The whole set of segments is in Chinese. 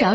扰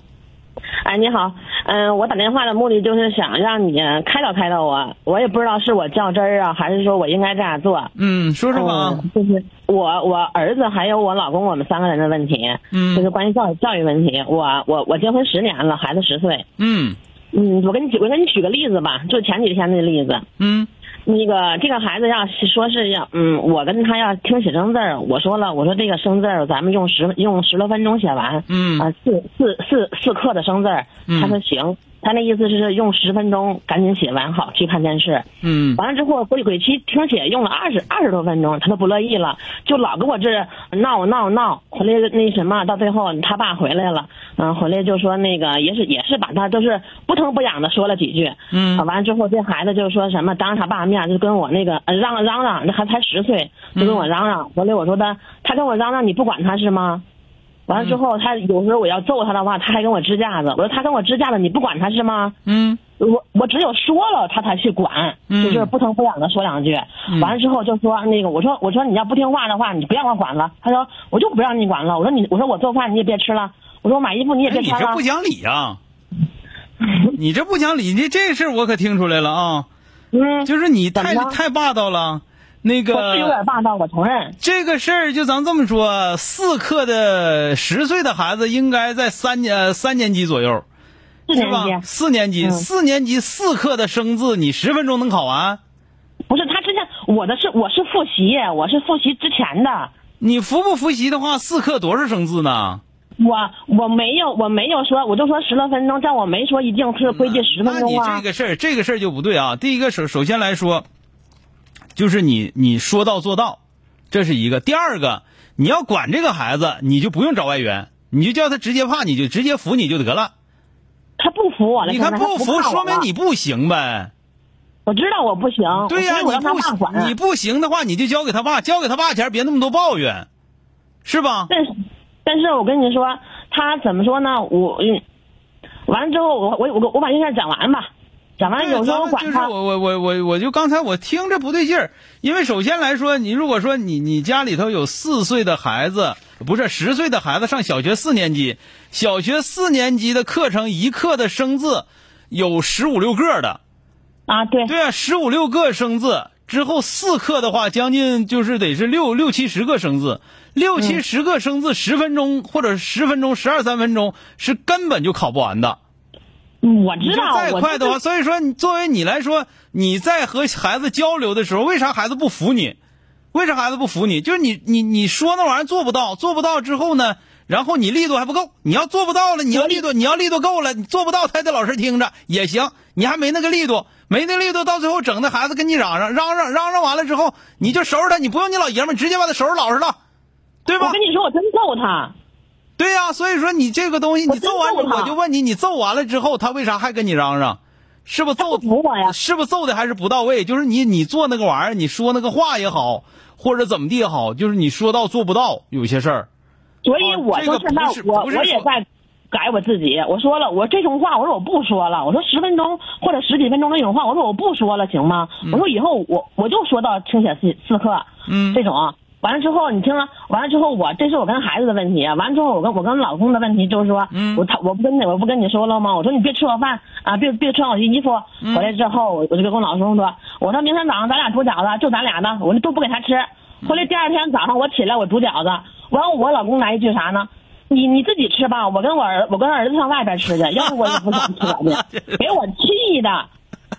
哎，你好，嗯、我打电话的目的就是想让你开导开导我，我也不知道是我较真儿啊，还是说我应该这样做。嗯，说说吧，嗯，就是我我儿子还有我老公，我们三个人的问题，就是嗯关于教育教育问题。我我我结婚十年了，孩子十岁。嗯嗯，我给你举我给你举个例子吧，就前几天那例子。嗯那个这个孩子要是说是要，嗯，我跟他要听写生字儿，我说了，我说这个生字儿咱们用十用十多分钟写完，嗯啊，四四四四克的生字儿，他说行，他那意思是用十分钟赶紧写完好去看电视。嗯完了之后，鬼鬼七听写用了二十二十多分钟，他都不乐意了，就老跟我这闹闹闹。回来那什么，到最后他爸回来了，嗯，回来就说那个也是也是把他就是不疼不痒的说了几句。啊，嗯完了之后这孩子就说什么当着他爸面就跟我那个呃嚷嚷嚷，那还才十岁，就嗯跟我嚷嚷。回来我说他，他跟我嚷嚷，你不管他是吗？完嗯了之后，他有时候我要揍他的话，他还跟我支架子。我说他跟我支架子，你不管他是吗？嗯我我只有说了他才去管，嗯就是不疼不痒的说两句。嗯完了之后就说那个，我说我说你要不听话的话，你不让我管了。他说我就不让你管了。我说你我说我做饭你也别吃了。我说我买衣服你也哎别你穿这了不。讲理 啊！你这不讲理，你这事儿我可听出来了啊！嗯，就是你太怎么了太霸道了，那我是有个点霸道，我承认。这个事儿就咱这么说，四克的十岁的孩子应该在三年呃三年级左右，四是年吧？级四年级，嗯四年级四克的生字，你十分钟能考完？不是他之前我的是我是复习，我是复习之前的。你复不复习的话，四克多少生字呢？我我没有我没有说，我就说十来分钟，但我没说一定是规定十分钟那啊你这。个事儿，这个事儿就不对啊。第一个首首先来说，就是你你说到做到，这是一个。第二个，你要管这个孩子，你就不用找外援，你就叫他直接怕，你就直接服你就得了。他不服我了，你看现啊在他不服，怕我啊说明了你不行呗。我知道我不行，对呀、所以哦我让你他不爸行，你管。不行的话，你就交给他爸，交给他爸前儿别那么多抱怨，是吧？但是但是我跟你说，他怎么说呢？我嗯，完了之后我我我我把这事儿讲完吧，讲完对有时候我咱们管就是他。我我我我我就刚才我听着不对劲儿，因为首先来说，你如果说你你家里头有四岁的孩子，不是十岁的孩子上小学四年级，小学四年级的课程一课的生字有十五六个的，啊，对，对啊，十五六个生字之后四课的话，将近就是得是六六七十个生字，六嗯七十个生字十分钟或者十分钟十二三分钟是根本就考不完的。嗯我你知就道，再我快的话，所以说你作为你来说，你在和孩子交流的时候，为啥孩子不服你？为啥孩子不服你？就是你你你说那玩意儿做不到，做不到之后呢，然后你力度还不够，你要做不到了，你要力度你要力度够了，你做不到，他还得老师听着也行，你还没那个力度，没那个力度，到最后整的孩子跟你嚷嚷嚷嚷嚷嚷完了之后，你就收拾他，你不用你老爷们儿，直接把他收拾老实了，对吧我跟？你说，我真揍他。对呀、所以说你这个东西，我你真揍完揍之后他我就问你，你揍完了之后，他为啥还跟你嚷嚷？是不是揍他不服我呀是不是揍的还是不到位？就是你你做那个玩意儿，你说那个话也好，或者怎么地也好，就是你说到做不到，有些事儿。所以我就现在哦这个不是我不是我也说在改我自己。我说了，我这种话，我说我不说了。我说十分钟或者十几分钟那种话，我说我不说了，行吗？我说以后我我就说到听写四四课，嗯这种。啊完了之后，你听了，完了之后我这是我跟孩子的问题，啊完了之后我跟我跟老公的问题就是说，嗯我他我不跟你我不跟你说了吗？我说你别吃我饭啊，别别穿我的衣服。回来之后，我我就跟我老公说，我说明天早上咱俩煮饺子，就咱俩的，我都不给他吃。后来第二天早上我起来我煮饺子，完了我老公来一句啥呢？你你自己吃吧，我跟我儿我跟儿子上外边吃去，要不我也不想吃了 去，给我气的。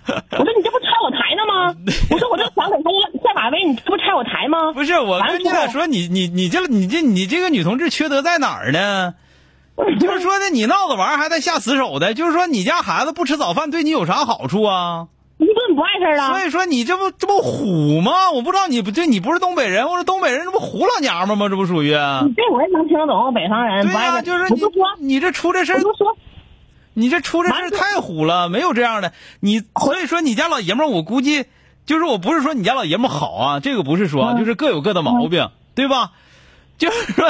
我说你这不拆我台呢吗？我说我这想给他下马威，你这不拆我台吗？不是我完了跟你之后俩说，你你你这你这你这个女同志缺德在哪儿呢？就是说呢，你闹着玩儿还带下死手的，就是说你家孩子不吃早饭对你有啥好处啊？你怎么不碍事儿啊所了？以说你这不这不虎吗？我不知道你不对，你不是东北人，我说东北人这不虎老娘们吗？这不属于？啊嗯你这我也能听得懂，北方人对不呀、碍事儿。就是哎我你就说，你这出这事我儿，就说，你这出这事儿太虎了，没有这样的。你所以说你家老爷们儿，我估计就是我不是说你家老爷们儿好啊，这个不是说嗯啊，就是各有各的毛病，对吧？ 就是说，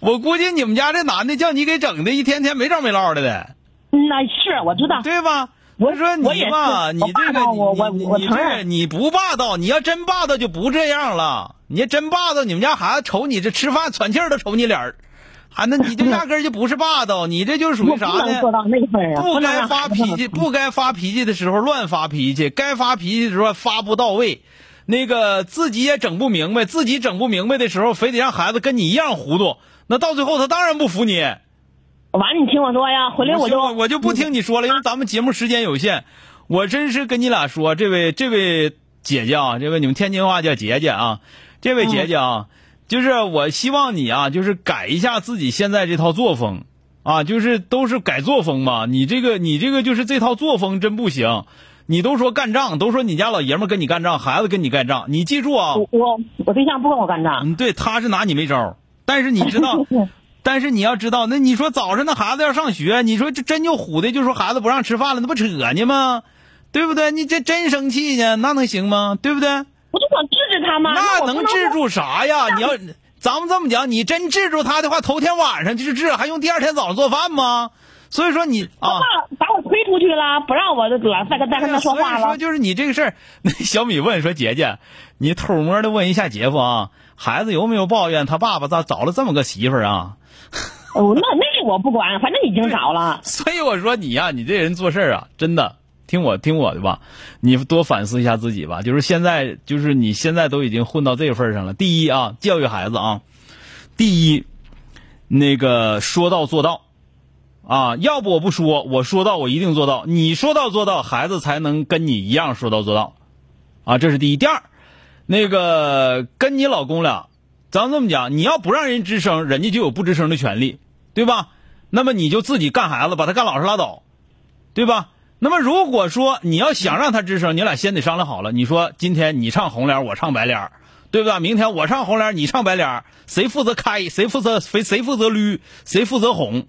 我估计你们家这男的叫你给整的，一天天没着没落的的，嗯，那是我 知道，对吧？我说你我也是吧，你我霸这个道我我你我你你承这认你不霸道，你要真霸道就不这样了。你要真霸道，你们家孩子瞅你这吃饭喘气儿都瞅你脸儿，啊，那你这压根儿就不是霸道，你这就是属我于啥不能做呢？到那个份儿上，不能该让发孩子脾气，不该发脾气的时候乱发脾气，该发脾气的时候发不到位，那个自己也整不明白，自己整不明白的时候，非得让孩子跟你一样糊涂，那到最后他当然不服你。完，你听我说呀，回来我我就嗯我我就不听你说了，因为咱们节目时间有限。我真是跟你俩说，这位这位姐姐啊，这位你们天津话叫姐姐啊，这位嗯姐姐啊，就是我希望你啊，就是改一下自己现在这套作风啊，就是都是改作风嘛。你这个你这个就是这套作风真不行。你都说干仗，都说你家老爷们儿跟你干仗，孩子跟你干仗，你记住啊，我我我对象不跟我干仗，，嗯，对，他是拿你没招儿，但是你知道 但是你要知道，那你说早上那孩子要上学，你说这真就虎的，就说孩子不让吃饭了，那不扯呢吗？对不对？你这真生气呢，那能行吗？对不对？我就想制止他嘛，那我不能治住啥呀？你要咱们这么讲，你真治住他的话，头天晚上就治，还用第二天早上做饭吗？所以说你啊。哎爸把我推出去了，不让我老再跟再跟他说话所以了说。就是你这个事儿，那小米问说：“姐姐，你偷摸的问一下姐夫啊，孩子有没有抱怨他爸爸咋找了这么个媳妇儿啊哦，那那我不管，反正已经找了？”。 所以我说你呀、你这人做事儿啊，真的。听我听我的吧，你多反思一下自己吧。就是现在，就是你现在都已经混到这份儿上了。第一啊，教育孩子啊，第一，那个说到做到，啊，要不我不说，我说到我一定做到。你说到做到，孩子才能跟你一样说到做到，啊，这是第一。第二，那个跟你老公俩，咱这么讲，你要不让人吱声，人家就有不吱声的权利，对吧？那么你就自己干孩子，把他干老实拉倒，对吧？那么如果说你要想让他吱声，你俩先得商量好了。你说今天你唱红脸，我唱白脸，对吧？明天我唱红脸，你唱白脸，谁负责开，谁负责谁谁负责捋，谁负责哄，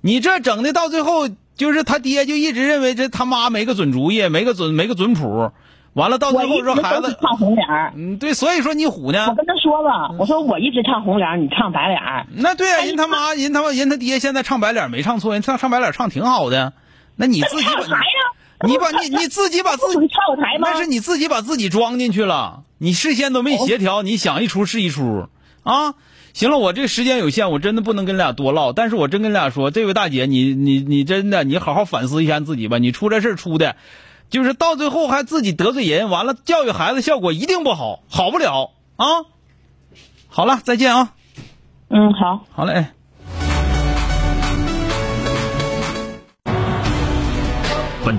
你这整的到最后，就是他爹就一直认为这他妈没个准主意，没个准没个准谱，完了到我最后一说直孩都是子，唱红脸儿，嗯，对，所以说你虎呢我，跟他说了，我说我一直唱红脸儿，你唱白脸儿。那对哎啊，人他妈人他妈人他爹现在唱白脸没唱错，人唱唱白脸唱挺好的，那你自己哎唱啥把呀？你把你你自己把自己不是跳舞台吗那？是你自己把自己装进去了，你事先都没协调，你想一出是一出啊。行了，我这时间有限，我真的不能跟俩多唠。但是我真跟俩说，这位大姐，你你你真的，你好好反思一下自己吧。你出这事儿出的，就是到最后还自己得罪人，完了教育孩子效果一定不好，好不了啊。好了，再见啊。嗯，好。好嘞。哎本